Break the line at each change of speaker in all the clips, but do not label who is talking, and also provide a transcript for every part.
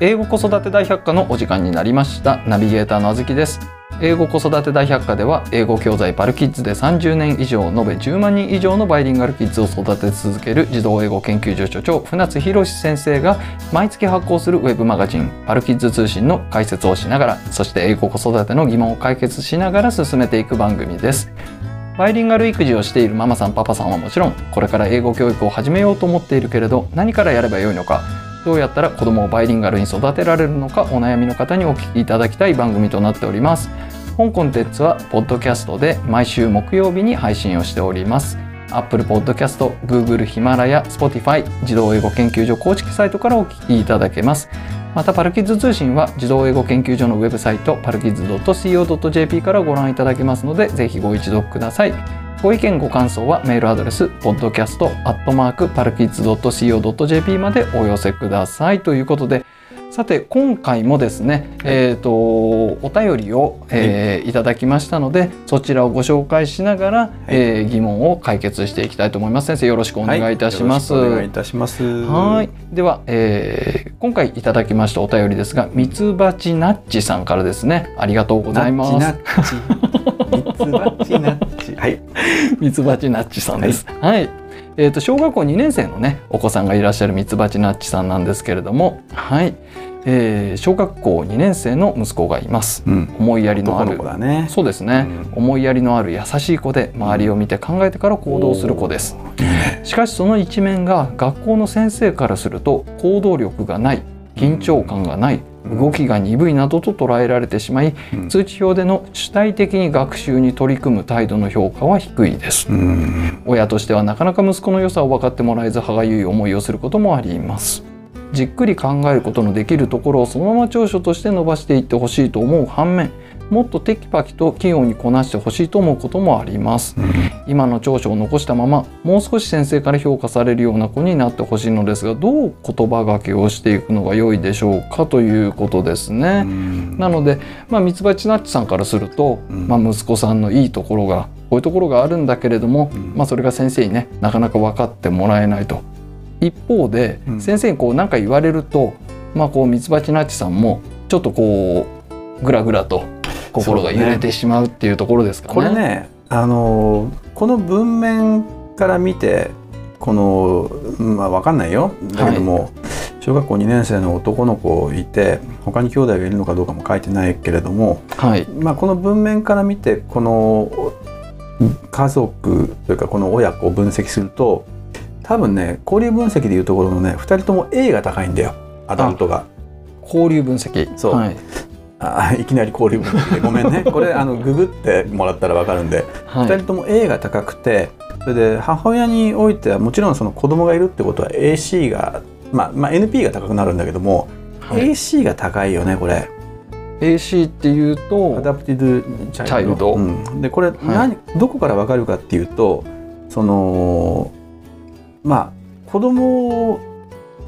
英語子育て大百科のお時間になりましたナビゲーターのあずきです英語子育て大百科では英語教材パルキッズで30年以上延べ10万人以上のバイリンガルキッズを育て続ける児童英語研究所所長船津博史先生が毎月発行するウェブマガジンパルキッズ通信の解説をしながらそして英語子育ての疑問を解決しながら進めていく番組ですバイリンガル育児をしているママさんパパさんはもちろんこれから英語教育を始めようと思っているけれど何からやればよいのかどうやったら子供をバイリンガルに育てられるのかお悩みの方にお聞きいただきたい番組となっております本コンテンツはポッドキャストで毎週木曜日に配信をしております Apple Podcast、Google ヒマラヤ、Spotify、児童英語研究所公式サイトからお聞きいただけますまたパルキッズ通信は児童英語研究所のウェブサイトパルキッズ .co.jp からご覧いただけますのでぜひご一読くださいご意見ご感想はメールアドレス podcast.parkids.co.jp までお寄せくださいということでさて今回もですね、えー、とお便りを、えーいただきましたのでそちらをご紹介しながら、えー疑問を解決していきたいと思います先生よろしくお願いいたします。
はよろくお願いいたします。
はい。では、えー今回いただきましたお便りですが、ミツバチナッチさんからですね。ありがとうございます。
ナッチナッチ。ミツバチナッチ。はい。
ミツバチナッチさんです。はい。えっ、と小学校2年生のねお子さんがいらっしゃるミツバチナッチさんなんですけれども、はい。えー小学校2年生の息子がいます。
うん。
思いやりのあ
男の
る
子。だね。
そうですね、
うん
思いやりのある優しい子で周りを見て考えてから行動する子ですしかしその一面が学校の先生からすると行動力がない緊張感がない
うん
動きが鈍いなどと捉えられてしまい
うん
通知表での主体的に学習に取り組む態度の評価は低いです
うん。
親としてはなかなか息子の良さを分かってもらえず歯がゆい思いをすることもありますじっくり考えることのできるところをそのまま長所として伸ばしていってほしいと思う反面もっとテキパキと器用にこなしてほしいと思うこともあります今の長所を残したままもう少し先生から評価されるような子になってほしいのですがどう言葉がけをしていくのが良いでしょうかということですね、
うん
なので、まあ、ミツバチナッチさんからすると、
うん
まあ、息子さんのいいところがこういうところがあるんだけれども、
うん
まあ、それが先生にねなかなか分かってもらえないと一方で、
うん
先生にこう何か言われると、まあ、こうミツバチナッチさんもちょっとこうグラグラと心が揺れてしまうっていうところですかね。
これね、あのーこの文面から見てこのうんまあわかんないよ。だけども。小学校2年生の男の子いて他に兄弟がいるのかどうかも書いてないけれども、
はい
まあ、この文面から見てこの家族というかこの親子を分析すると多分ね交流分析でいうところのね2人とも A が高いんだよアダルトが。
交流分析
そう
はい
あいきなり交流分析でごめ んねこれあのググってもらったら分かるんで、
はい
2人とも A が高くてそれで母親においてはもちろんその子供がいるってことは AC が、まあ、まあ NP が高くなるんだけども、
はい
AC が高いよねこれ。
AC っていうと
アダプティドチャイルド。
チ
うんでこれ、何どこからわかるかっていうとそのまあ子供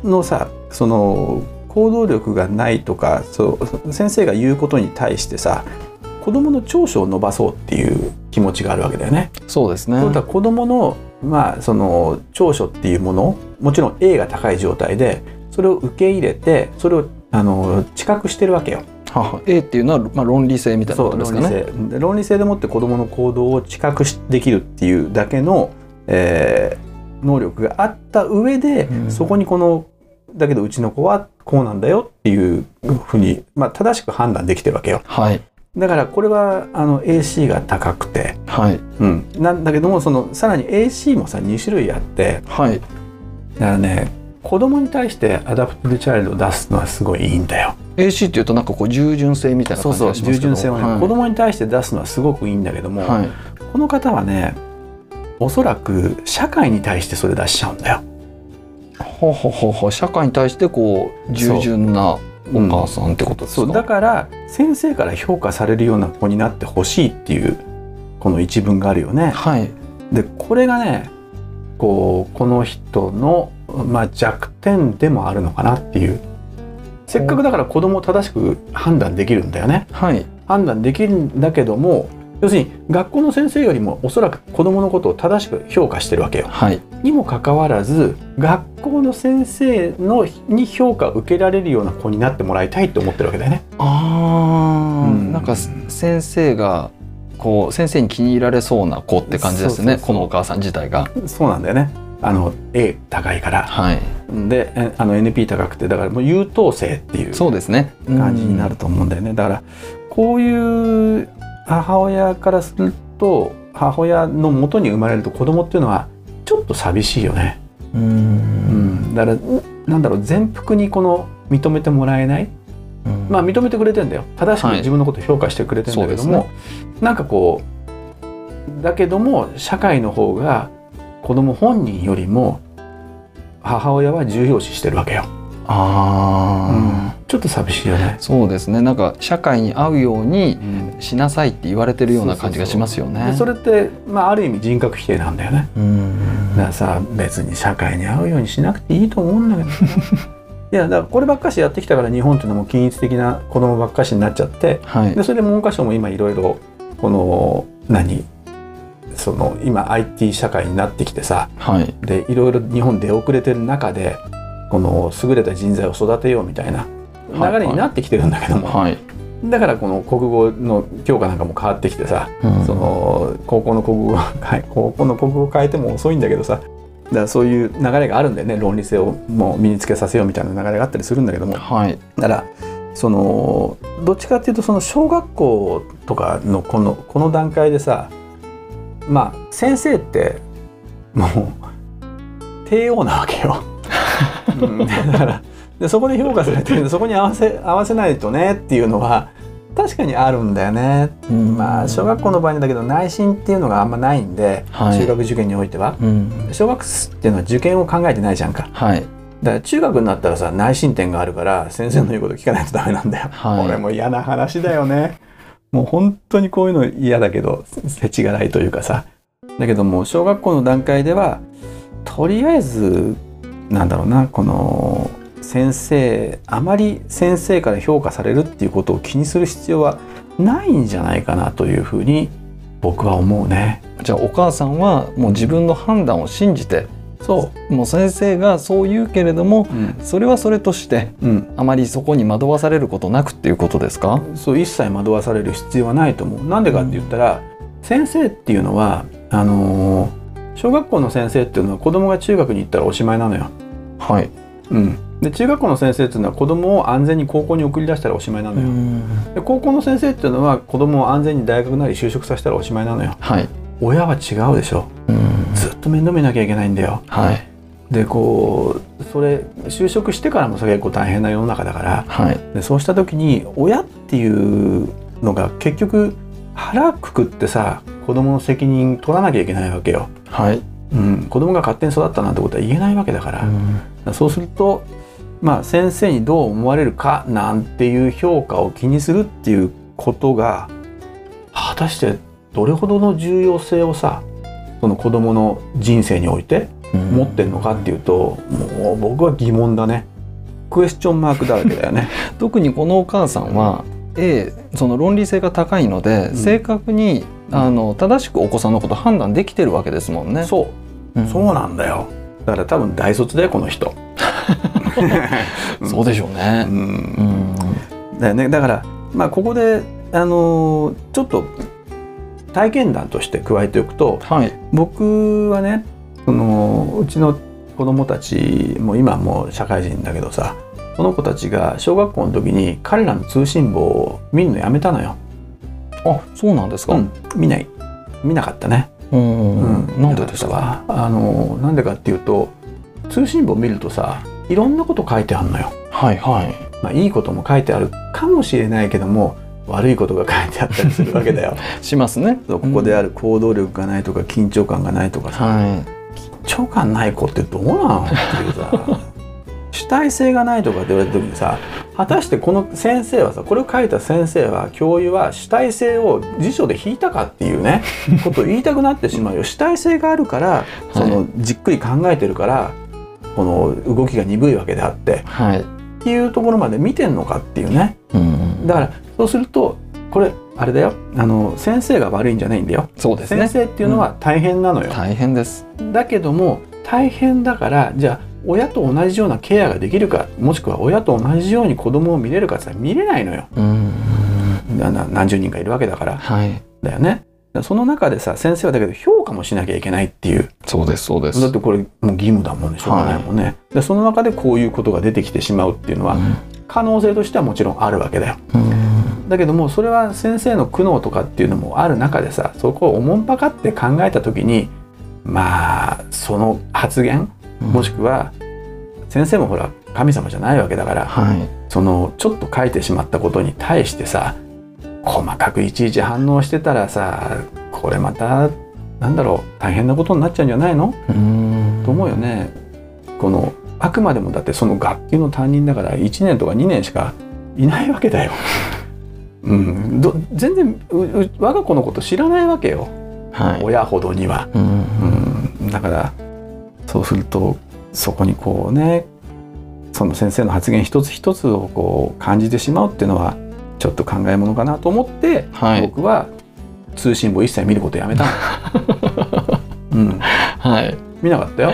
のさその行動力がないとかそう先生が言うことに対してさ子供の長所を伸ばそうっていう気持ちがあるわけだよね。
そうです
と
ね
いうことは子供のまあその長所っていうものもちろん A が高い状態でそれを受け入れてそれをあの知覚してるわけよ。
は A っていうのは、まあ、論理性みたいな
そ
こと
う
です
論
か
理
ね。
性で論理性でもって子どもの行動を知覚しできるっていうだけの、えー能力があった上で、
うん
そこにこのだけどうちの子はこうなんだよっていうふうに、まあ、正しく判断できてるわけよ
はい
だからこれはあの AC が高くて、
はい
うん、なんだけどもそのさらに AC もさ2種類あって
はい
だからね子供に対してアダプティブチャイルドを出すのはすごいいいんだよ。
AC っていうとなんかこう従順性みたいな感
そう
じ
そう
がしま
従
すけど
順性はね、
はい、
子供に対して出すのはすごくいいんだけども、
はい、
この方はねおそらく社会に対してそれ出しちゃうんだよ。
ほうほうほうほう社会に対してこう従順なお母さんってことですか、
そうだから先生から評価されるような子になってほしいっていうこの一文があるよね。
はい
でこれがねこうこの人の、まあ、弱点でもあるのかなっていうせっかくだから子供を正しく判断できるんだよね。
はい
判断できるんだけども要するに学校の先生よりもおそらく子どものことを正しく評価してるわけよ。
はい
にもかかわらず学校の先生のに評価を受けられるような子になってもらいたいと思ってるわけだよね。
あー、
うん
なんか先生がこう先生に気に入られそうな子って感じですね
そうそうそう
このお母さん自体が
そうなんだよね。あの A 高いから
はい
でえあの NP 高くてだからもう優等生っていう
そうですね
感じになると思うんだよね。だからこういう母親からすると母親の元に生まれると子供っていうのはちょっと寂しいよね。
うん
うん、だからなんだろう全幅にこの認めてもらえない
うん
まあ認めてくれてんだよ正しく
はい
自分のことを評価してくれてんだけども、
そう
なんかこうだけども社会の方が子供本人よりも母親は重要視してるわけよ、
あー、
ちょっと寂しいよね、
そうですねなんか社会に合うように
うん
しなさいって言われてるような感じがしますよね
でそれって、まあ、ある意味人格否定なんだよね
うん
だからさ別に社会に合うようにしなくていいと思うんだけ どないやだからこればっかしやってきたから日本っていうのも均一的な子供ばっかしになっちゃって
はい
でそれで文科省も今いろいろこの何その今 IT 社会になってきてさ
はい
でいろいろ日本出遅れてる中でこの優れた人材を育てようみたいな
はい
流れになってきてるんだけども、
はい、
だからこの国語の教科なんかも変わってきてさ、
うん
その高校の国語を変え高校の国語を変えても遅いんだけどさだからそういう流れがあるんだよね論理性をもう身につけさせようみたいな流れがあったりするんだけども
はい
だからそのどっちかっていうとその小学校とかのこのこの段階でさまあ先生ってもう帝王なわけよ。 うんだからでそこで評価されてるんでそこに合わせ合わせないとねっていうのは確かにあるんだよね。まあ小学校の場合だけど内心っていうのがあんまないんで、
はい
中学受験においては。
うん
小学生っていうのは受験を考えてないじゃんか。
はい
だから中学になったらさ内申点があるから先生の言うこと聞かないとダメなんだよ、
はい
これも嫌な話だよねもう本当にこういうの嫌だけど世知辛いというかさだけどもう小学校の段階ではとりあえずなんだろうなこの先生あまり先生から評価されるっていうことを気にする必要はないんじゃないかなというふうに僕は思うね。
じゃあお母さんはもう自分の判断を信じて
そ
もう先生がそう言うけれども
う、うん
それはそれとして
うん、
あまりそこに惑わされることなくっていうことですか
そう一切惑わされる必要はないと思う。なんでかって言ったら、先生っていうのはあのー小学校の先生っていうのは子供が中学に行ったらおしまいなのよ。
はい
うん、で中学校の先生っていうのは子供を安全に高校に送り出したらおしまいなのよ。で高校の先生っていうのは子供を安全に大学なり就職させたらおしまいなのよ。
はい
親は違うでしょ。ずっと面倒見なきゃいけないんだよ。
はい
でこうそれ就職してからもそれ結構大変な世の中だから。
はい
でそうした時に親っていうのが結局腹くくってさ子供の責任取らなきゃいけないわけよ、
はい
うん、子供が勝手に育ったなんてことは言えないわけだから,、そうするとまあ先生にどう思われるかなんていう評価を気にするっていうことが果たしてどれほどの重要性をさその子供の人生において持ってんのかっていうと、もう僕は疑問だねクエスチョンマークだらけだよ ね。
特にこのお母さんは A その論理性が高いので、
うん
正確に
うん
あの正しくお子さんのこと判断できてるわけですもんね。
そう
うん
そうなんだよ。だから多分大卒だよこの人。
そうでしょう
う
ね。
ん。
うん
だよね。だからまあここであのーちょっと体験談として加えておくと、
はい
僕はねそのうちの子供たちも今もう社会人だけどさ、その子たちが小学校の時に彼らの通信簿を見るのやめたのよ。
あそうなんですか。
うん。見ない見なかったね。
うん
うん
なんでですか。
だらさあのーなんでかっていうと通信簿見るとさいろんなこと書いてあるのよ。
はいはい。
まあ、いいことも書いてあるかもしれないけども悪いことが書いてあったりするわけだよ。
しますね。
そうここで
うん
ある行動力がないとか緊張感がないとかさ
はい。
緊張感ない子ってどうなのっていうさ主体性がないとかって言われた時にさ果たしてこの先生はさこれを書いた先生は教諭は主体性を辞書で引いたかっていうねことを言いたくなってしまうよ主体性があるからその、じっくり考えてるからこの動きが鈍いわけであって
はい。
っていうところまで見てんのかっていうね
うん
だからそうするとこれあれだよあの先生が悪いんじゃないんだよ、
そうですね
先生っていうのは大変なのよ、
大変です
だけども大変だからじゃあ親と同じようなケアができるかもしくは親と同じように子供を見れるかって言ったら見れないのよ
うん
なな何十人かいるわけだから
はい
だよねだからその中でさ先生はだけど評価もしなきゃいけないっていう
そうですそうです
だってこれもう義務だもんねしょうがないもんね、でその中でこういうことが出てきてしまうっていうのは、可能性としてはもちろんあるわけだよ
うん
だけどもそれは先生の苦悩とかっていうのもある中でさそこをおもんぱかって考えた時にまあその発言
うん
もしくは先生もほら神様じゃないわけだから
はい
そのちょっと書いてしまったことに対してさ細かくいちいち反応してたらさこれまたなんだろう大変なことになっちゃうんじゃないの
うん
と思うよね。このあくまでもだってその学級の担任だから1年とか2年しかいないわけだよ。うん、ど全然うう我が子のこと知らないわけよ
はい
親ほどには、
うん
うん、だからそうするとそこにこうねその先生の発言一つ一つをこう感じてしまうっていうのはちょっと考えものかなと思って、
はい
僕は通信簿一切見ることや めたの、うん、
はい
見なかったよ、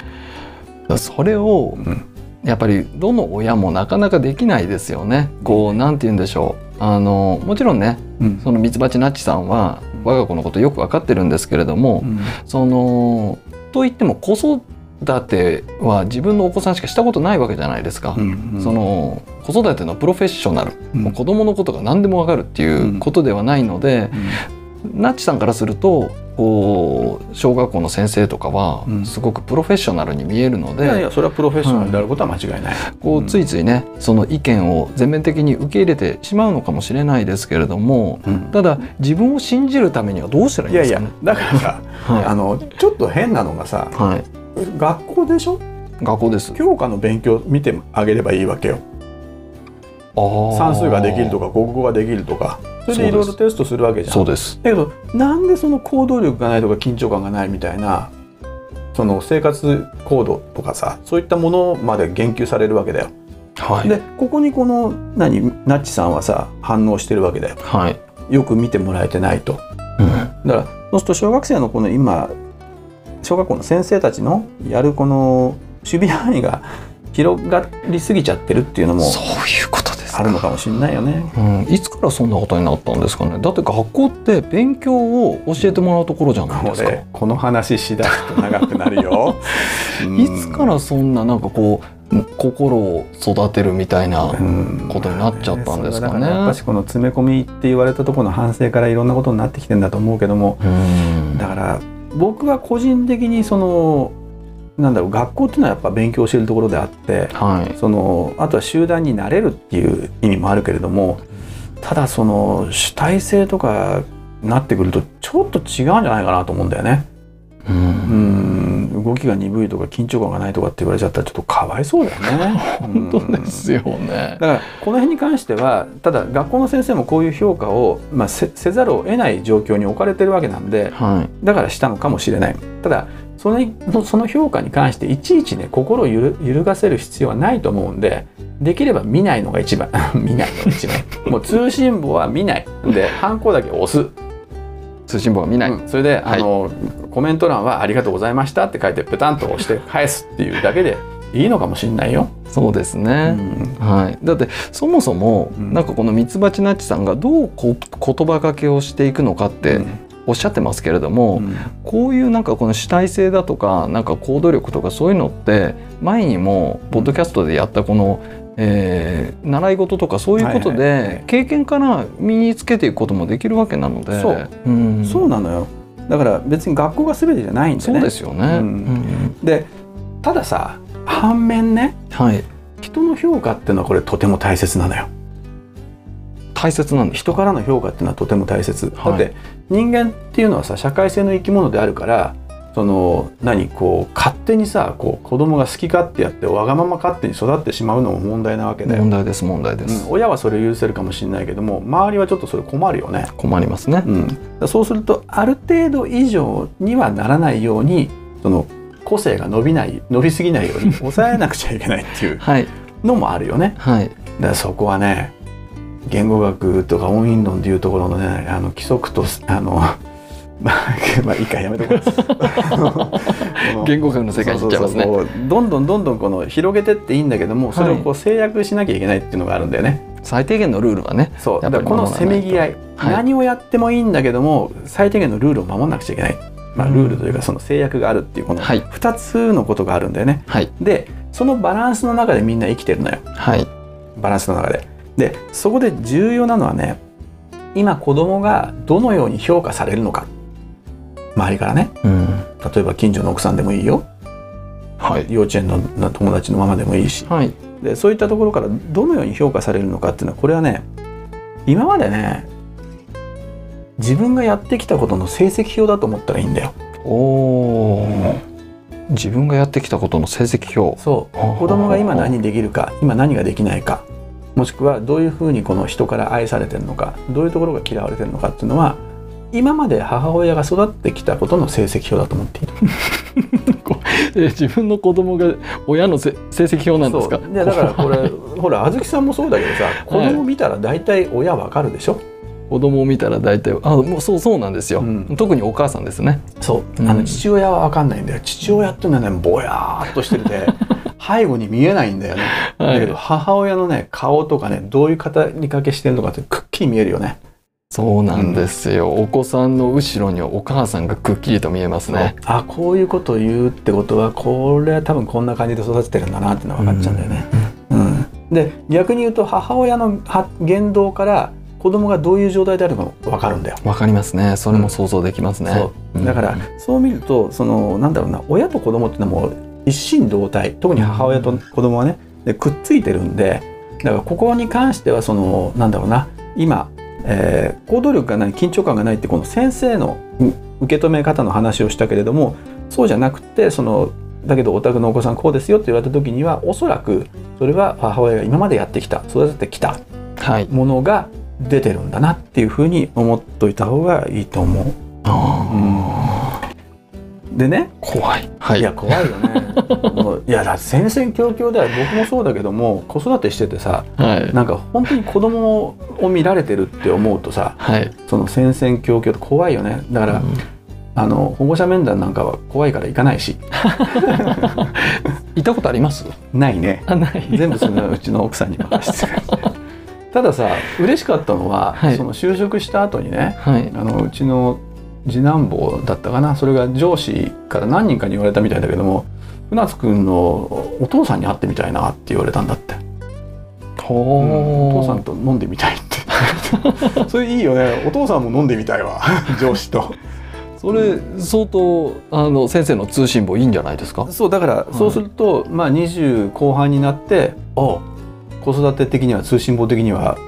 それを
うん、
やっぱりどの親もなかなかできないですよねこうなんて言うんでしょうあのもちろんね
うん
そのミツバチナッチさんは我が子のことよくわかってるんですけれども、
うん
そのといっても子育ては自分のお子さんしかしたことないわけじゃないですか、その子育てのプロフェッショナル、
うん
もう子供のことが何でもわかるっていうことではないので、ナッチさんからするとこう小学校の先生とかは
うん
すごくプロフェッショナルに見えるの
いやい
で、
やそれはプロフェッショナルであることは間違いない。
こう
う
んついついねその意見を全面的に受け入れてしまうのかもしれないですけれども
うん
ただ自分を信じるためにはどうしたらい
い
いん
や
で
い
すか
や
ね
だからさあのちょっと変なのがさ
はい、はい、
学校でしょ
学校です
教科の勉強見てあげればいいわけよ
算
算数ができるとか国語ができるとかそれでいろいろテストするわけじゃん。
そうです
だけどなんでその行動力がないとか緊張感がないみたいなその生活行動とかさそういったものまで言及されるわけだよ。
はい
でここにこの何ナッチさんはさ反応してるわけだよ。
はい、
よく見てもらえてないと。
うん
だからそうすると小学生のこの今小学校の先生たちのやるこの守備範囲が広がりすぎちゃってるっていうのも
そういうことです
あるのかもしれないよね。
うん、いつからそんなことになったんですかねだって学校って勉強を教えてもらうところじゃない
こ
ですか
れこの話しだすと長くなるよ。うん
いつからそんななんかこう心を育てるみたいな
うん
ことになっちゃったんですかね
それはだらやっぱりこの詰め込みって言われたところの反省からいろんなことになってきてんだと思うけども
うん
だから僕は個人的にそのなんだろう学校っていうのはやっぱ勉強を教えるところであって、
はい
そのあとは集団になれるっていう意味もあるけれどもただその主体性とかなってくるとちょっと違うんじゃないかなと思うんだよね。
う
うんん動きが鈍いとか緊張感がないとかって言われちゃったらちょっとかわいそうだよね。
本当で
うん
すよね
だからこの辺に関してはただ学校の先生もこういう評価を、まあ、せせざるを得ない状況に置かれてるわけなんで
はい
だからしたのかもしれないただそのその評価に関していちいちね心をゆる揺るがせる必要はないと思うんでできれば見ないのが一番 見ないの が一番もう通信簿は見ないでハンコだけ押す、
通信簿は見ない、
うんそれで、
はい
あのコメント欄は「ありがとうございました」って書いてペタンと押して返すっていうだけでいいのかもしれないよ。
そうです
う
ね、
ん
はい、だってそもそも、
うん
なんかこのミツバチナッチさんがどうこ言葉がけをしていくのかっておっしゃってますけれども、
うん
こういうなんかこの主体性だとかなんか行動力とかそういうのって前にもポッドキャストでやったこの、えー習い事とかそういうこと
はいはいはい
で経験から身につけていくこともできるわけなので
そう、
ん
そうなのよだから別に学校が全てじゃないんで
そう
ね
ですよね、
うん
うん
でたださ反面ね
はい
人の評価っていうのはこれとても大切なのよ
大切なんです
人からの評価っていうのはとても大切、
はい
だって人間っていうのはさ社会性の生き物であるからその何こう勝手にさこう子供が好き勝手やってわがまま勝手に育ってしまうのも問題なわけだよ、
問題です問題で
う
す、
ん親はそれ許せるかもしれないけども周りはちょっとそれ困るよね、
困りますね、
うん、だからそうするとある程度以上にはならないようにその個性が伸びない伸びすぎないように抑えなくちゃいけないっていう
はい
のもあるよね
はい
だからそこはね言語学とか音韻論でいうところのねあの規則とあの まあまあいいかやめとこう あのこの
言語学の世界に行っちゃいますね
そうそうそうこうどんどんどんどんこの広げてっていいんだけどもそれをこう制約しなきゃいけないっていうのがあるんだよね。
最低限のルールはね
そう
や
だ
っ
か
ぱり
らこのせめぎ合い、
はい
何をやってもいいんだけども最低限のルールを守らなくちゃいけない、まあ、
うん
ルールというかその制約があるっていうこの
はい
2つのことがあるんだよね。
はい
でそのバランスの中でみんな生きてるのよ
はい
バランスの中で。でそこで重要なのはね今子供がどのように評価されるのか周りからね
うん
例えば近所の奥さんでもいいよ
はい
幼稚園のな友達のママでもいいし
はい
でそういったところからどのように評価されるのかっていうのはこれはね今までね自分がやってきたことの成績表だと思ったらいいんだよ。
おお自分がやってきたことの成績表
そう子供が今何できるか今何ができないかもしくはどういうふうにこの人から愛されてるのかどういうところが嫌われてるのかっていうのは今まで母親が育ってきたことの成績表だと思っている。
え自分の子供が親のせ成績表なんですか
そういやだからこれ ほらあずきさんもそうだけどさ子供見たら大体親わかるでしょ、
子供を見たら大体あもうそうそうなんですよ、
うん
特にお母さんですね
そう、
うん
あの父親は分かんないんだよ父親っていうのはねぼやーっとしてるで 背後に見えないんだよね、
はい
だけど母親のね顔とかねどういう方にかけしてるのかってくっきり見えるよね
そうなんですよ、お子さんの後ろにはお母さんがくっきりと見えますね
あこういうことを言うってことはこれは多分こんな感じで育ててるんだなってのが分かっちゃうんだよね、うんで逆に言うと母親のは言動から子供がどういう状態であるかも分かるんだよ
わかりますねそれも想像できますね、
そうだから、そう見るとそのなんだろうな親と子供ってのはもう一心同体特に母親と子供はねでくっついてるんでだからここに関してはそのなんだろうな今、えー行動力がない緊張感がないってこの先生のう受け止め方の話をしたけれどもそうじゃなくてそのだけどお宅のお子さんこうですよって言われた時にはおそらくそれは母親が今までやってきた育ててきた
はい
ものが出てるんだなっていうふうに思っといた方がいいと思う。でね、、
怖いはいい
や怖いよね もういやだって戦々恐々だよ僕もそうだけども子育てしててさ
はい
なんか本当に子供を見られてるって思うとさ
はい
その戦々恐々って怖いよねだから、
うん
あの保護者面談なんかは怖いから行かないし
行ったことあります
ないね
あない
全部そのうちの奥さんに任せて るたださ嬉しかったのは、
はい
その就職した後にね
はい
あのうちの次男坊だったかなそれが上司から何人かに言われたみたいだけども船津君のお父さんに会ってみたいなって言われたんだって、
お
うんお父さん
ー
と飲んでみたいってそれいいよねお父さんも飲んでみたい わ上司と
それ相当あの先生の通信簿いいんじゃないですか
そうだから
い
そうすると、まあ20後半になってあ子育て的には通信簿的には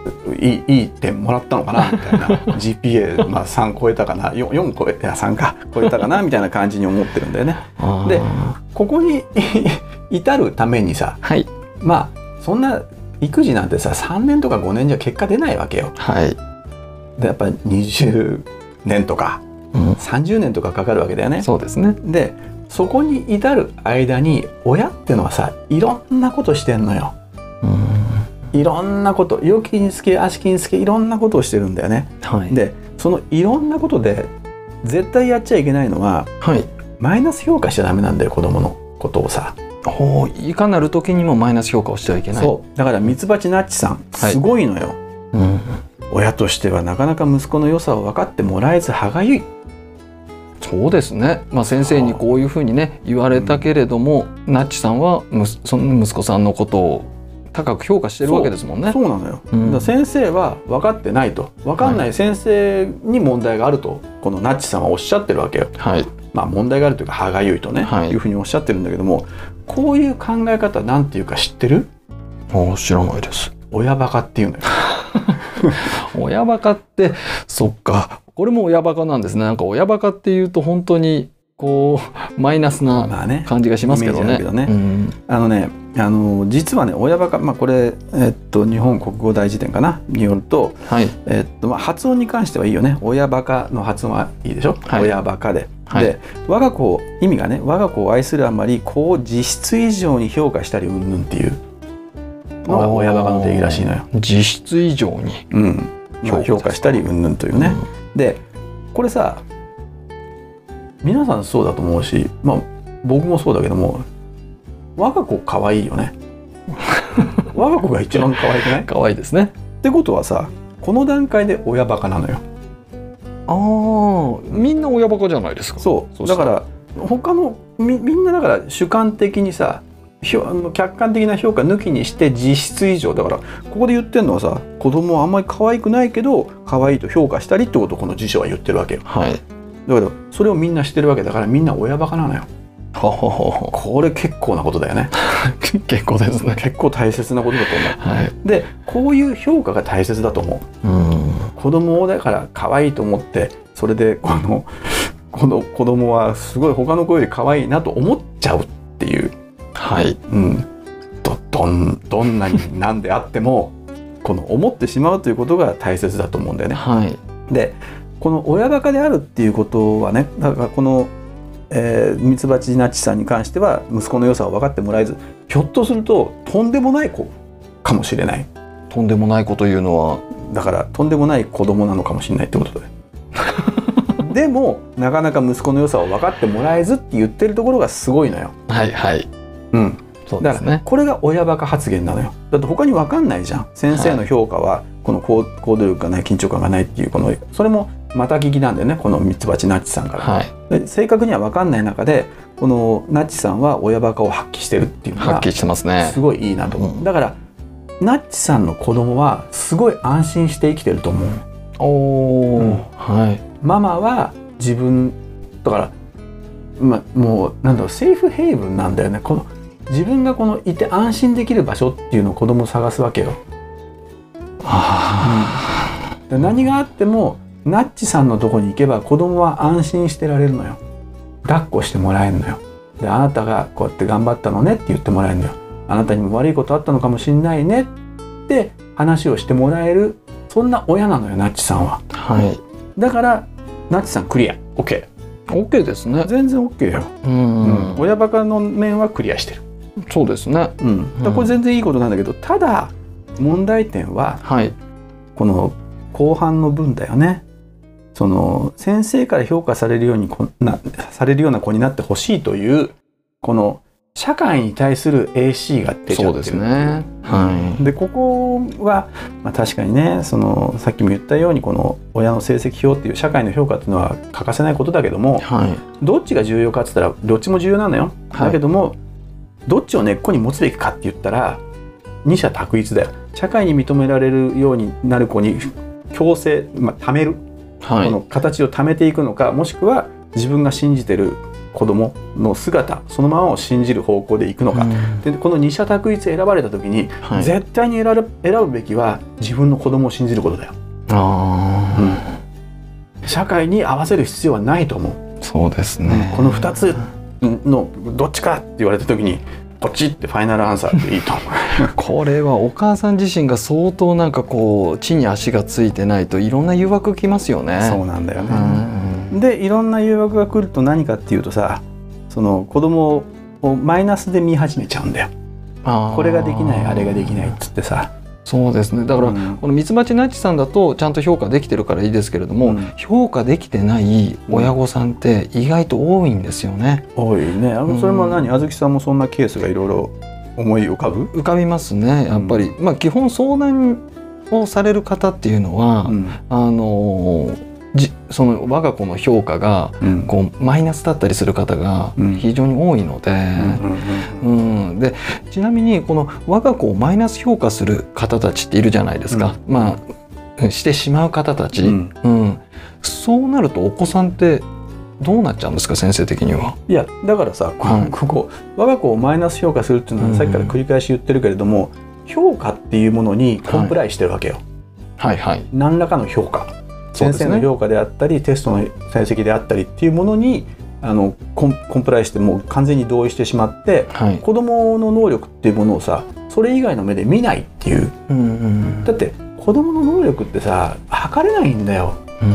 いいいい点もらったのかなみたいな GPA、まあ、3超えたかな 4, 4超えいや3か超えたかなみたいな感じに思ってるんだよね。で
あ
ここに 至るためにさ
ーはい
まあそんな育児なんてさ3年とか5年じゃ結果出ないわけよ。
はい
でやっぱり20年とか
うん
30年とかかかるわけだよね。
そうですね
でそこに至る間に親ってのはさいろんなことしてんのよ。
うん
いろんなこと良きにつけ悪しきにつけいろんなことをしてるんだよね。
はい
でそのいろんなことで絶対やっちゃいけないのは
はい
マイナス評価しちゃダメなんだよ子供のことをさ。
おーいかなる時にもマイナス評価をしてはいけない
そうだからミツバチナッチさん
はい
すごいのよ、
うん
親としてはなかなか息子の良さを分かってもらえず歯がゆい
そうですね、まあ、先生にこういうふうにね言われたけれども、ナッチさんはむすその息子さんのことを高く評価してるわけですもんね。
そうなのよ、
うん
だから先生は分かってないと分かんない先生に問題があるとこのナッチさんはおっしゃってるわけよ
はい、
まあ問題があるというか歯がゆいとね、、
はいいう
ふうにおっしゃってるんだけどもこういう考え方なんていうか知ってる
ああ知らないです。
親バカっていう のよ
親バカってそっかこれも親バカなんですねなんか親バカっていうと本当にこうマイナスな
まあね
感じがしますけど
イメー
ね。
ジだけどね
うん
あのねあの実はね親バカまあこれ、えっと、日本国語大辞典かなによると、
はい
えっとまあ、発音に関してはいいよね親バカの発音はいいでしょ、
はい
親バカで、
はい
で我が子を意味がね我が子を愛するあまり子を実質以上に評価したりうんぬんっていうのが親バカののでいいらしいのよ。
実質以上に。
うんまあ
評
評
価
価
し
したたりうんぬんというね。でこれさ皆さんそうだと思うし、まあ、僕もそうだけども我が子可愛いよ ね我が子が一番可愛くないっ
可愛いですね。
てことはさこの段階で親バカなのよ
ああ、みんな親バカじゃないですか。
そう
そうし
だ
た
から他のみみんなだから主観的にさひょあの客観的な評価抜きにして実質以上だからここで言ってるのはさ子供はあんまり可愛くないけど可愛いと評価したりってことをこの辞書は言ってるわけよ
はい。
だけどそれをみんなしてるわけだからみんな親バカなのよ
ははは
これ結構なことだよ ね
は。結構ですね。
結構大切なことだと思
はい。
うでこういう評価が大切だと思う
うん。
子供をだから可愛いと思ってそれでこの この子供はすごい他の子より可愛いなと思っちゃうっていう
はい。
うんどどんどんな に何であってもこの思ってしまうということが大切だと思うんだよね
はい。
でこの親バカであるっていうことはねだからこのえーミツバチナッチさんに関しては息子の良さを分かってもらえずひょっとするととんでもない子かもしれない
とんでもないこと言うのは。
だからとんでもない子供なのかもしれないってことだ よでもなかなか息子の良さを分かってもらえずって言ってるところがすごいのよ、
はいはい。
うん、
そうで
だか
す
ら
ね。
これが親バカ発言なのよだって他に分かんないじゃん先生の評価はこの行行動力がない緊張感がないっていうこのそれもまた聞きなんだよねこのミツバチナッチさんから、
はい。
で正確には分かんない中でこのナッチさんは親バカを発揮してるっていうの
はっ
が
きりしてますね
す。ごいいいなと思う、
うん
だからナッチさんの子供はすごい安心して生きてると思う
おお、
うん
はい。
ママは自分だから、ま、もうなんだろうセーフヘイブンなんだよねこの自分がこのいて安心できる場所っていうのを子供を探すわけよで何があってもナッチさんのとこに行けば子供は安心してられるのよ抱っこしてもらえるのよであなたがこうやって頑張ったのねって言ってもらえるのよあなたにも悪いことあったのかもしんないねって話をしてもらえるそんな親なのよナッチさんは
はい。
だからナッチさんクリア OK
オッケーですね。
全然 OK よ、
うん、
うん、親バカの面はクリアしてる、
そうですね。
うん、だからこれ全然いいことなんだけどただ問題点は
はい。
この後半の文だよねその先生から評価されるようにこんなされるような子になってほしいというこの社会に対する AC が出ちゃってる
そうですね。はい。
でここは、まあ、確かにねそのさっきも言ったようにこの親の成績表っていう社会の評価っていうのは欠かせないことだけども
はい。
どっちが重要かって言ったらどっちも重要なのよ、
はい
だけどもどっちを根っこに持つべきかって言ったら二者択一だよ社会に認められるようになる子に強制、まあ、貯める、
は
こ
い。
の形を貯めていくのかもしくは自分が信じてる子供の姿そのままを信じる方向でいくのか、
うん
でこの二者択一選ばれた時に、
はい
絶対に選ぶ選ぶべきは自分の子供を信じることだよ、
あ
社会に合わせる必要はないと思う
あ、そうですね。
この2つのどっちかって言われた時にこっちってファイナルアンサーでいいと思
これはお母さん自身が相当なんかこう地に足がついてないといろんな誘惑きますよね。
う そうなんだよ
う
ね。
ん
でいろんな誘惑が来ると何かっていうとさその子供をマイナスで見始めちゃうんだよ。
あー
これができないあれができないっつってさ。
そうですねだから、
うん
このミツバチナッチさんだとちゃんと評価できてるからいいですけれども、
うん
評価できてない親御さんって意外と多いんですよね
多いね。あ
うん
のそれも何あずきさんもそんなケースがいろいろ思い浮かぶ、
浮かびますねやっぱり、まあ基本相談をされる方っていうのは、
うん
あのーじその我が子の評価が
うん
こうマイナスだったりする方が
うん
非常に多いので、
うん
うん、でちなみにこの我が子をマイナス評価する方たちっているじゃないですか、まあしてしまう方たち、
う
うんんそうなるとお子さんってどうなっちゃうんですか先生的には。
いやだからさこ,、
はい
ここ我が子をマイナス評価するっていうの
う
は
ん
さっきから繰り返し言ってるけれども、評価っていうものにコンプライしてるわけよ、
はいはい、
何らかの評価、
そうで
先
す
生
ね
の評価であったりテストの成績であったりっていうものにあのコンコンプライしてもう完全に同意してしまって
はい
子どもの能力っていうものをさそれ以外の目で見ないっていう
うんうん
だって子どもの能力ってさ測れないんだよ
うん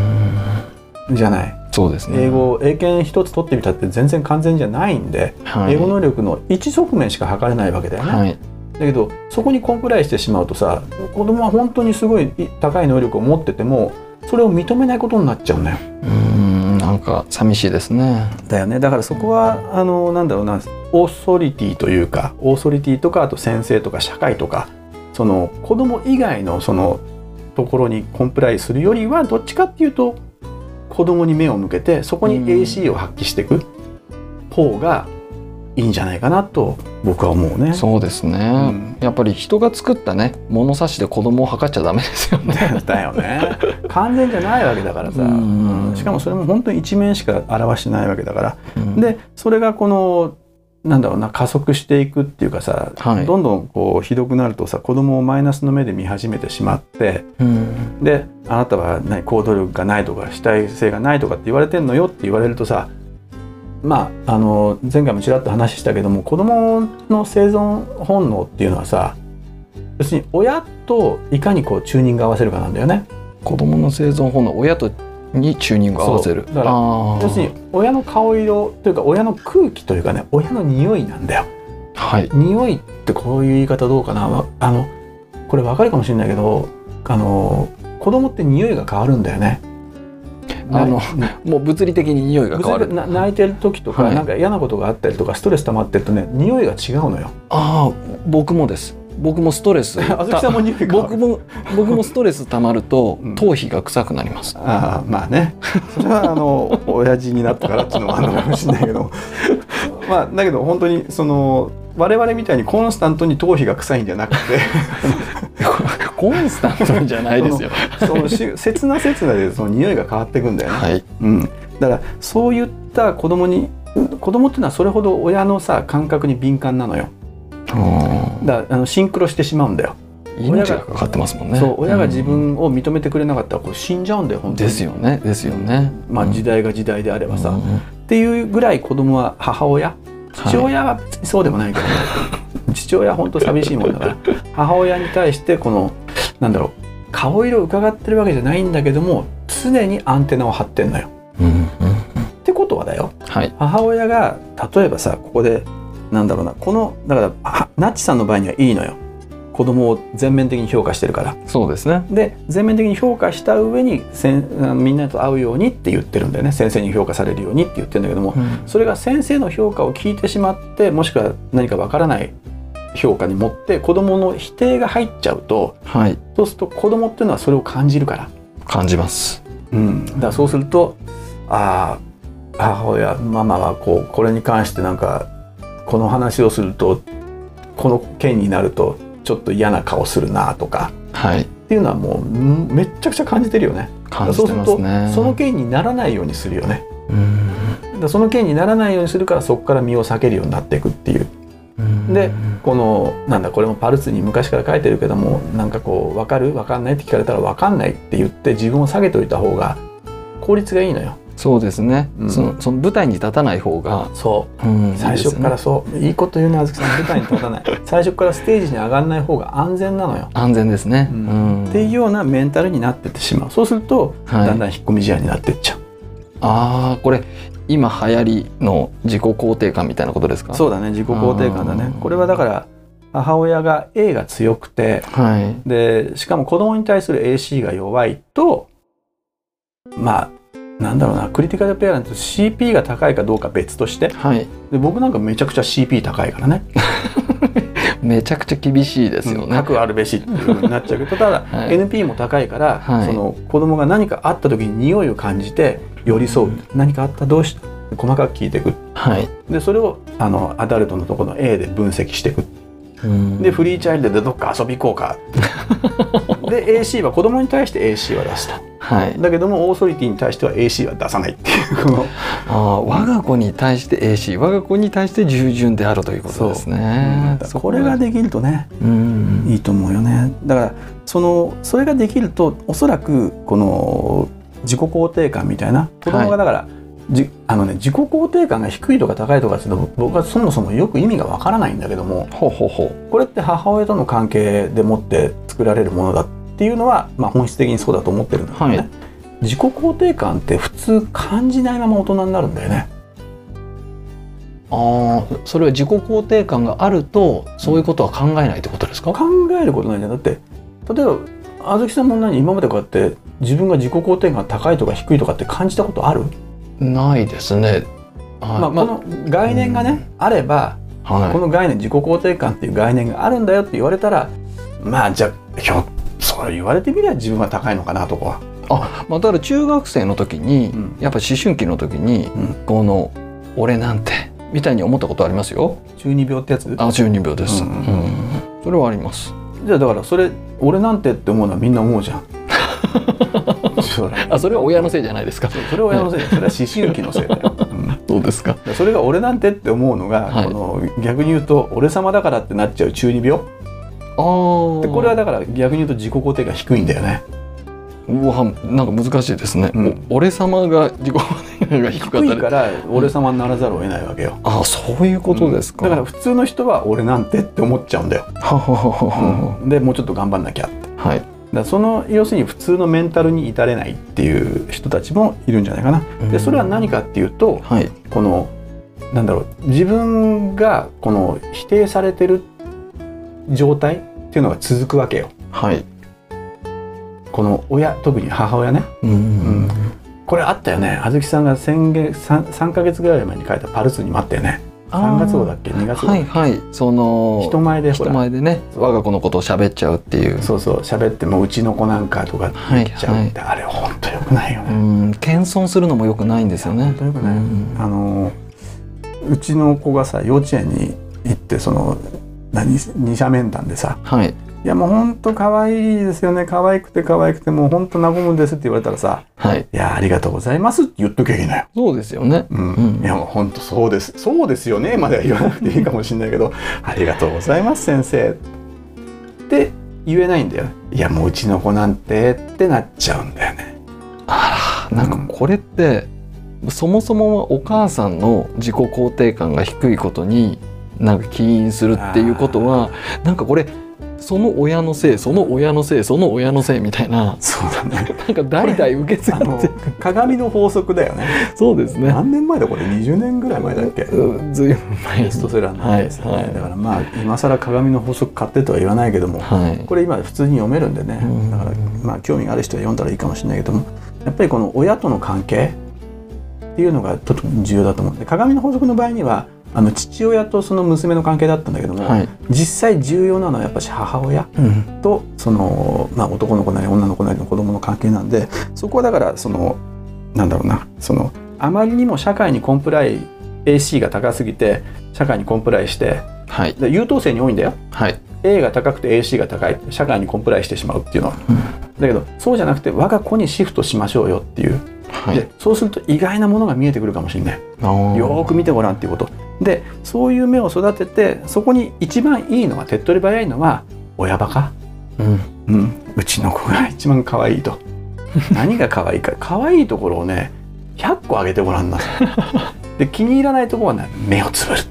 じゃない
そうですね
英語英検一つ取ってみたって全然完全じゃないんで、
はい
英語能力の一側面しか測れないわけだよね、
はい
だけどそこにコンプライしてしまうとさ子供は本当にすごい高い能力を持っててもそれを認めないことになっちゃうんだよ。
うんなんか寂しいですね
だよねだからそこはあのなんだろうなオーソリティというかオーソリティとかあと先生とか社会とかその子供以外のそのところにコンプライするよりはどっちかっていうと子供に目を向けてそこに
うん
AC を発揮していく方がいいんじゃないかなと僕は思うね。
そうですね、
ん
やっぱり人が作ったね物差しで子供を測っちゃダメですよね
だよね完全じゃないわけだからさ、
うん
うんしかもそれも本当に一面しか表してないわけだから
うん
でそれがこのなんだろうな加速していくっていうかさ、
はい
どんどんこうひどくなるとさ子供をマイナスの目で見始めてしまって
うん
であなたは何行動力がないとか主体性がないとかって言われてんのよって言われるとさまああの前回もちらっと話したけども子供の生存本能っていうのはさ要するに親といかにこうチューニング合わせるかなんだよね。
子供の生存本能親とにチューニングを合わせる
そうだから
あー
要するに親の顔色というか親の空気というかね親の匂いなんだよ。
はい
匂いってこういう言い方どうかなわあのこれわかるかもしれないけどあの子供って匂いが変わるんだよね。
あの
な
もう物理的に匂いが変わる
な泣いてる時とか、
はい
なんか嫌なことがあったりとかストレス溜まってるとね匂いが違うのよ。
ああ僕もです僕もストレス
あずきさんも匂い変わ
僕
る
も僕もストレスたまると、
うん
頭皮が臭くなります
ああまあねそれはあの 親父になったからっていうのもあるのかもしれないけどまあだけど本当にその我々みたいにコンスタントに頭皮が臭いんじゃなくて。
コンスタントじゃないですよ
そのし切な切なでその匂いが変わっていくんだよね。
はい
うん、だからそういった子供に子供っていうのはそれほど親のさ感覚に敏感なのよ
うん
だからあのシンクロしてしまうんだよ、
命がかかってますもんね
そう親が自
うん
分を認めてくれなかったらこれ死んじゃうんだよ本当に
ですよねですよね
まあ時
代
代が時代であればさ、
う
っ
ん
ていうぐらい子供は母親
はい
父親は別にそうでもないけど、ね父親は本当寂しいもんだから母親に対してこのなんだろう顔色を伺ってるわけじゃないんだけども常にアンテナを張ってんのよ
うんうん
ってことはだよ
はい
母親が例えばさここでなんだろうなこのだからあナッチさんの場合にはいいのよ子供を全面的に評価してるから
そうですね
で全面的に評価した上にせんあのみんなと会うようにって言ってるんだよね先生に評価されるようにって言ってるんだけどもそれが先生の評価を聞いてしまってもしくは何かわからない評価に持って子供の否定が入っちゃうと
はい
そうすると子供っていうのはそれを感じるから
感じます
うん、だからそうするとああ母親ママはこうこれに関してなんかこの話をするとこの件になるとちょっと嫌な顔するなとか
はい
っていうのはもうんめっちゃくちゃ感じてるよね。
感じてますね
そうするとその件にならないようにするよね。
うん
だからその件にならないようにするからそこから身を避けるようになっていくっていう
うん
でこのなんだこれもパルツに昔から書いてるけどもなんかこう分かる分かんないって聞かれたら分かんないって言って自分を下げといた方が効率がいいのよ。
そうですね、
うん
そのその舞台に立たない方が、
そう
うん
最初から
いいですね
そういいこと言うねあずきさん舞台に 立たない最初からステージに上がらない方が安全なのよ、
安全ですね、
うん
うん
っていうようなメンタルになってってしまうそうすると、
はい
だんだん引っ込み思案になってっちゃう
ああこれ今流行りの自己肯定感みたいなことですかう
そうだね自己肯定感だね
あー
これはだから母親が A が強くて
はい
でしかも子供に対する AC が弱いとまあなんだろうなクリティカルペアレント CP が高いかどうか別として
はい
で僕なんかめちゃくちゃ CP 高いからね
めちゃくちゃ厳しいですよ
うん
ね、
核あるべしっていう風になっちゃうけどただ、
はい
NP も高いから、
はい
その子供が何かあった時に匂いを感じて寄り添う、何かあったどうした細かく聞いていく
はい、
でそれをあのアダルトのところの A で分析していく
うん
でフリーチャイルドでどっか遊び行 こうかで AC は子供に対して AC は出した
はい、
だけどもオーソリティに対しては AC は出さないっていうこの
ああ我が子に対して AC 我が子に対して従順であるということですね、そ
これができるとね
うん
いいと思うよねだからそのそれができるとおそらくこの自己肯定感みたいな子供がだから、じあのね、自己肯定感が低いとか高いとかっていうの僕はそもそもよく意味がわからないんだけども
ほうほうほう
これって母親との関係でもって作られるものだっていうのは、まあ、本質的にそうだと思ってるんだけどね、
はい
自己肯定感って普通感じないまま大人になるんだよね。
ああそれは自己肯定感があるとそういうことは考えないってことですか、
考えることないじゃんだって例えばあずきさんも何今までこうやって自分が自己肯定感高いとか低いとかって感じたことある、
ないですね。はい
まあ、この概念がね、あれば
はい
この概念自己肯定感っていう概念があるんだよって言われたらまあじゃあひょそう言われてみりゃ自分は高いのかなとか、
あまあ、だから中学生の時に、
うん
やっぱ思春期の時に、
うん
この「俺なんて」みたいに思ったことありますよ。
中二病ってやつ
あ中二病です、
うん
うんそれはあります。
じゃあだからそれ俺なんてって思うのはみんな思うじゃんそれ
あそれは親のせいじゃない ですか。
それは親のせいだよそれは思春期のせいだよ、うん
そうですか。
それが俺なんてって思うのが、
はい
この逆に言うと俺様だからってなっちゃう中二病
ああ。こ
でこれはだから逆に言うと自己肯定が低いんだよね
うわなんか難しいですね。
うん
お俺様が自己肯定感が低かっ
低
た
い
り
から俺様にならざるを得ないわけよ、
あそういうことですか。
だから普通の人は俺なんてって思っちゃうんだよ、
はははは
でもうちょっと頑張んなきゃってだか
ははい。
らその要するに普通のメンタルに至れないっていう人たちもいるんじゃないかなでそれは何かっていうと
はい。
このなんだろう自分がこの否定されてる状態っていうのが続くわけよ
はい。
この親特に母親ね
うん
うんこれあったよねあずきさんが先月 3, 3ヶ月ぐらい前に書いた「パルス」にもあったよね3月号だっけ2月号、
はいはい。その
人前でほ
人
ら
前でね我が子のことを喋っちゃうっていう
そうそう喋ってもううちの子なんかとかって
はい
言っちゃう
は
っ
い
て、あれほんとよくないよ
う
ね、
ん謙遜するのも良くないんですよね
ほんとよくない、
うん
あのうちの子がさ幼稚園に行ってその何二者面談でさ
はい
「いやもうほんと可愛いですよね可愛くて可愛くてもうほんと和むんです」って言われたらさ
はい
「いやありがとうございます」って言っときゃいけないよ
そうですよね
うん
うん
いやもう本当そうですそうですよねまでは言わなくていいかもしれないけど ありがとうございます先生って言えないんだよいやもううちの子なんてってなっちゃうんだよね
あらなんかこれってそもそもはお母さんの自己肯定感が低いことになんか起因するっていうことはなんかこれその親のせいその親のせいその親のせいみたいな
そうだね
なんか代々受け継
あ
が
の
れて
鏡の法則だよね
そうですね
何年前だこれ20年ぐらい前だっけ
うんずいぶん前
ベ
に
ストセラーになったんですよね、
はいはい
だからまあ今更鏡の法則買ってとは言わないけども
はい
これ今普通に読めるんでね
うん
だからまあ興味がある人は読んだらいいかもしれないけどもやっぱりこの親との関係っていうのがとても重要だと思うんで鏡の法則の場合にはあの父親とその娘の関係だったんだけども、
はい
実際重要なのはやっぱし母親
うん
とその、まあ、男の子なり女の子なりの子供の関係なんでそこはだからそのなんだろうなそのあまりにも社会にコンプライ AC が高すぎて社会にコンプライして
はい
で優等生に多いんだよ
はい
A が高くて AC が高い社会にコンプライしてしまうっていうのは、だけどそうじゃなくて我が子にシフトしましょうよっていう、
はい
でそうすると意外なものが見えてくるかもしれない、よ
よ
ーく見てごらんっていうことでそういう目を育ててそこに一番いいのは手っ取り早いのは親バカ、
く、うん、
うん、うちの子が一番可愛い と何が可愛いか可愛いところをね100個あげてごらんなさいで気に入らないところはね目をつぶる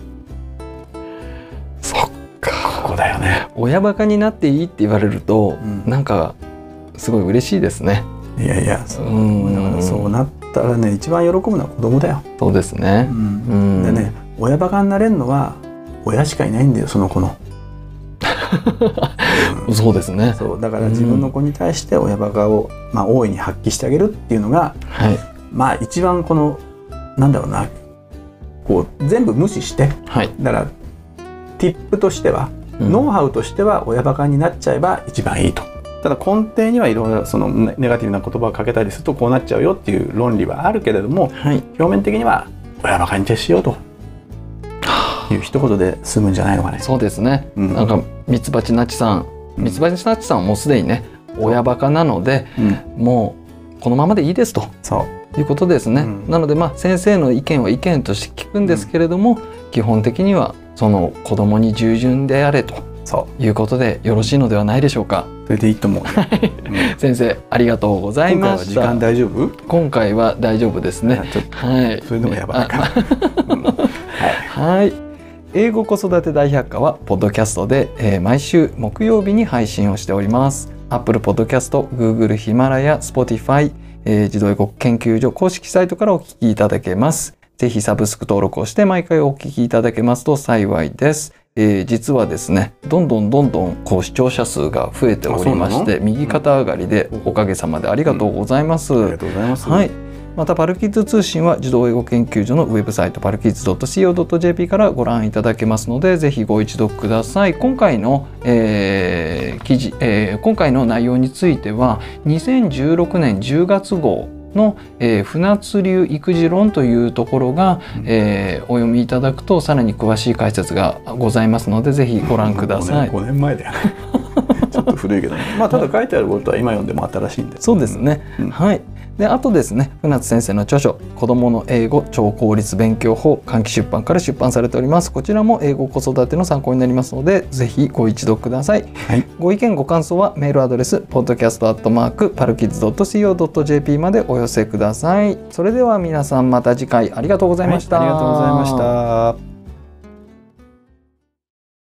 そっか
ここだよね
親バカになっていいって言われると、
うん
なんかすごい嬉しいですね
いやいや
う
だから
ん
そうなったらね一番喜ぶのは子供だよ、
そうですねうん
でね親バカになれるのは親しかいないんだよその子の、うん
そうですね
そうだから自分の子に対して親バカを、まあ、大いに発揮してあげるっていうのが
はい
まあ一番このなんだろうなこう全部無視して
はい
だからティップとしては、
うん
ノウハウとしては親バカになっちゃえば一番いいと。ただ根底にはいろいろそのネネガティブな言葉をかけたりするとこうなっちゃうよっていう論理はあるけれども
はい
表面的には親バカに徹しようという一言で済むんじゃないのかね。
そうですね、
うん
なんかミツバチナチさん
うん
ミツバチナチさんはもうすでにね親バカなので
うん、
もうこのままでいいですと
そ
いうことですね、
うん
なのでまあ先生の意見は意見として聞くんですけれども、基本的にはその子供に従順であれと
うそ
いうことでよろしいのではないでしょうか
うそれでいいと思う。うん
先生ありがとうござい
今回
ま
は
し
時
た
間大丈夫？
今回は大丈夫ですね
あちょっと
はい
それでもやばいか。うんはい。
はい英語子育て大百科はポッドキャストで、えー毎週木曜日に配信をしております Apple Podcast、Google、ヒマラヤ、Spotify、えー、児童英語研究所公式サイトからお聞きいただけますぜひサブスク登録をして毎回お聞きいただけますと幸いです。えー実はですね、どんどんどんどんこう視聴者数が増えておりま
あそ
し
うな
て、右肩上がりでおかげさまでありがとうございます。
ありがとうございます。
はい。また、パルキッズ通信は児童英語研究所のウェブサイト、パルキッズ .co.jp からご覧いただけますので、ぜひご一読ください。今回の、えー記事、えー今回の内容については、2016年10月号の、えー船津流育児論というところが、えーお読みいただくと、さらに詳しい解説がございますので、ぜひご覧ください。
5年前だ よね。ちょっと古いけどね。まあただ書いてあることは今読んでも新しいんで。
そうですね、
うん
はいであとですね船津先生の著書「子どもの英語超効率勉強法」換気出版から出版されておりますこちらも英語子育ての参考になりますのでぜひご一読ください、
はい
ご意見ご感想はメールアドレス podcast.parkids.co.jp までお寄せくださいそれでは皆さんまた次回ありがとうございました、
はいありがとうございました。